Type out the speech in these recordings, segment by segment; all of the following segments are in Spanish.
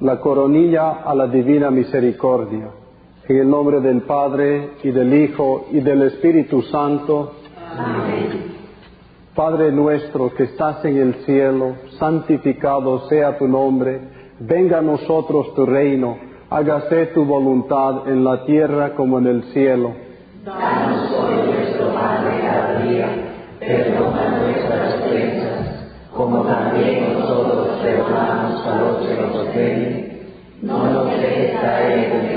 la coronilla a la divina misericordia. En el nombre del Padre y del Hijo y del Espíritu Santo. Amén. Padre nuestro que estás en el cielo, santificado sea tu nombre, venga a nosotros tu reino, hágase tu voluntad en la tierra como en el cielo. Danos hoy nuestro pan de cada día, perdona nuestras ofensas, como también nosotros perdonamos a los que nos ofenden. No nos dejes caer en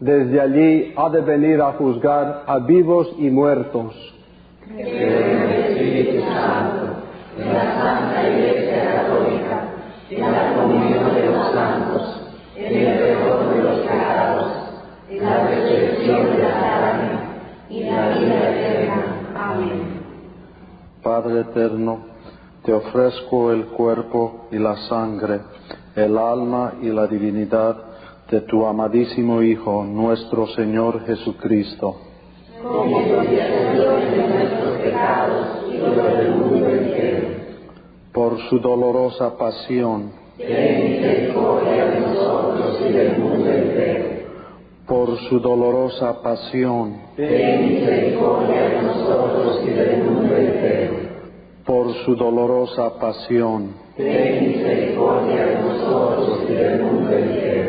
Desde allí ha de venir a juzgar a vivos y muertos. Creo en el Espíritu Santo, en la Santa Iglesia Católica, en la comunión de los santos, en el perdón de los pecados, en la resurrección de la carne y en la vida eterna. Amén. Padre eterno, te ofrezco el cuerpo y la sangre, el alma y la divinidad de tu amadísimo Hijo, nuestro Señor Jesucristo, Como propiciación de nuestros pecados y los del mundo entero, por su dolorosa pasión, ten misericordia de nosotros y del mundo entero. por su dolorosa pasión, Ten misericordia de nosotros y del mundo entero. por su dolorosa pasión, Ten misericordia de nosotros y del mundo entero.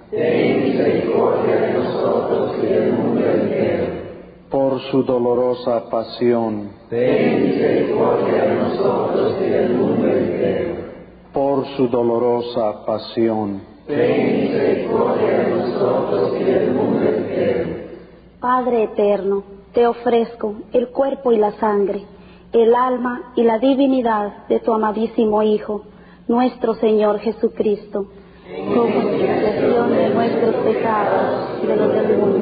Ten misericordia de nosotros y del mundo entero. por su dolorosa pasión, Ten misericordia de nosotros y del mundo entero. por su dolorosa pasión, Ten misericordia de nosotros y del mundo entero. Padre eterno, te ofrezco el cuerpo y la sangre, el alma y la divinidad de tu amadísimo Hijo, nuestro Señor Jesucristo, como expiación de nuestros pecados y de los del mundo,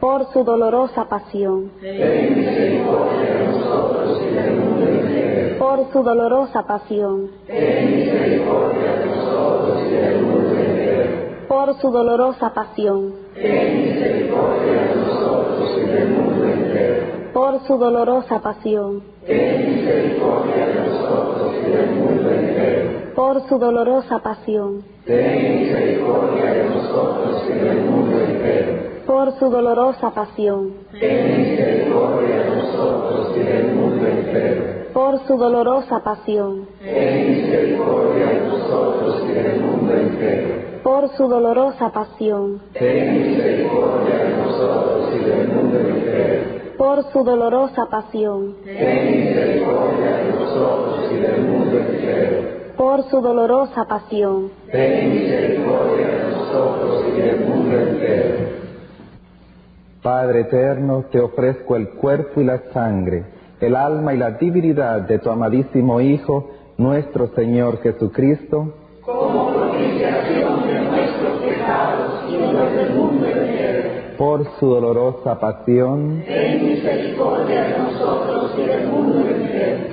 por su dolorosa pasión, por su dolorosa pasión, por su dolorosa pasión, por su dolorosa pasión, por su dolorosa pasión, Ten misericordia de nosotros y del mundo entero. por su dolorosa pasión, Ten misericordia de nosotros y del mundo entero. por su dolorosa pasión, Ten misericordia de nosotros y del mundo entero. por su dolorosa pasión, Ten misericordia de nosotros y del mundo entero. por su dolorosa pasión, Ten misericordia de nosotros y del mundo entero. por su dolorosa pasión, Ten misericordia de nosotros y del mundo entero. Padre eterno, te ofrezco el cuerpo y la sangre, el alma y la divinidad de tu amadísimo Hijo, nuestro Señor Jesucristo, como propiciación de nuestros pecados y los del mundo entero. Por su dolorosa pasión, ten misericordia de nosotros y del mundo entero.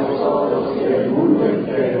nosotros y del mundo entero.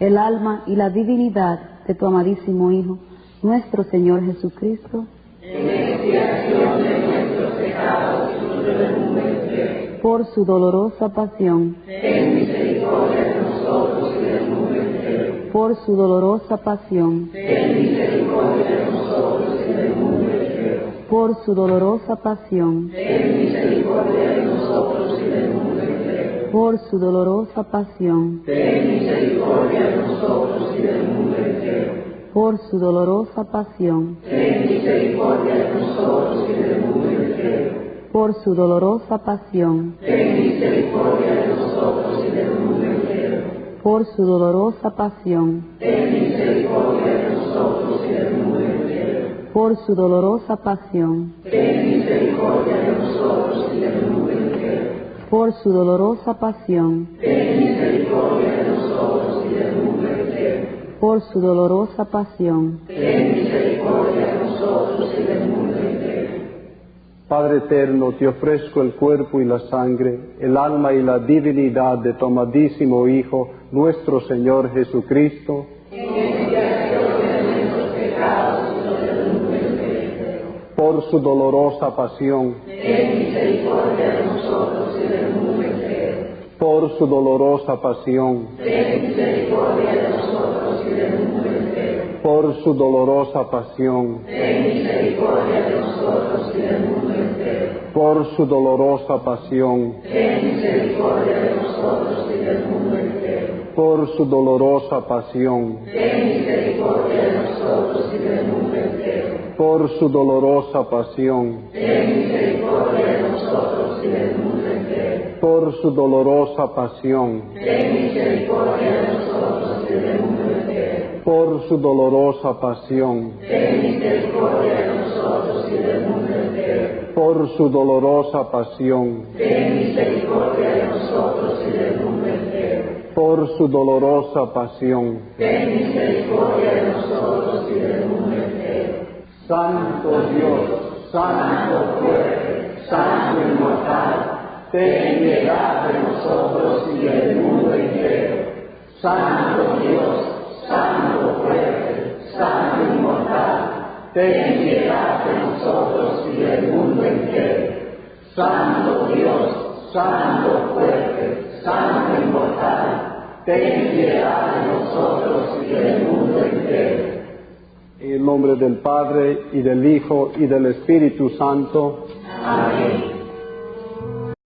el alma y la divinidad de tu amadísimo Hijo, nuestro Señor Jesucristo. En expiación de nuestros pecados y del mundo entero. Por su dolorosa pasión. Ten misericordia de nosotros y del mundo entero. Por su dolorosa pasión. Ten misericordia de nosotros y del mundo entero. Por su dolorosa pasión. Ten misericordia de nosotros y del mundo entero por su dolorosa pasión. Ten misericordia de nosotros y del mundo entero. Por su dolorosa pasión. Ten misericordia de nosotros y del mundo entero. Por su dolorosa pasión. Ten misericordia de nosotros y del mundo entero. Por su dolorosa pasión. Ten misericordia de nosotros y del mundo entero. Por su dolorosa pasión. Ten misericordia de nosotros y del mundo entero por su dolorosa pasión. Ten misericordia de nosotros y del mundo entero. Ten misericordia de nosotros y del mundo Por su dolorosa pasión. entero. Padre eterno, te ofrezco el cuerpo y la sangre, el alma y la divinidad de tu amadísimo Hijo, nuestro Señor Jesucristo. por su dolorosa pasión. Ten misericordia de nosotros y del mundo entero. Por su dolorosa pasión. Ten misericordia de nosotros y del mundo entero. Por su dolorosa pasión. Ten misericordia de nosotros y del mundo entero. Por su dolorosa pasión. Ten misericordia de nosotros y del mundo entero. Por su dolorosa pasión. Ten misericordia de nosotros y del mundo entero por su dolorosa pasión. Ten misericordia de nosotros y del mundo entero. Por su dolorosa pasión. Ten misericordia de nosotros y del mundo entero. Por su dolorosa pasión. Ten misericordia de nosotros y del mundo entero. Por su dolorosa pasión. Ten misericordia de nosotros y del mundo entero. Ten misericordia de nosotros Por su dolorosa pasión. y del mundo entero. Santo Dios, Santo fuerte, Santo inmortal, ten piedad de nosotros y del mundo entero. Santo Dios, Santo fuerte, Santo inmortal, ten piedad de nosotros y del mundo entero. Santo Dios, Santo fuerte, Santo inmortal, ten piedad de nosotros y del mundo entero. En el nombre del Padre y del Hijo y del Espíritu Santo. Amén.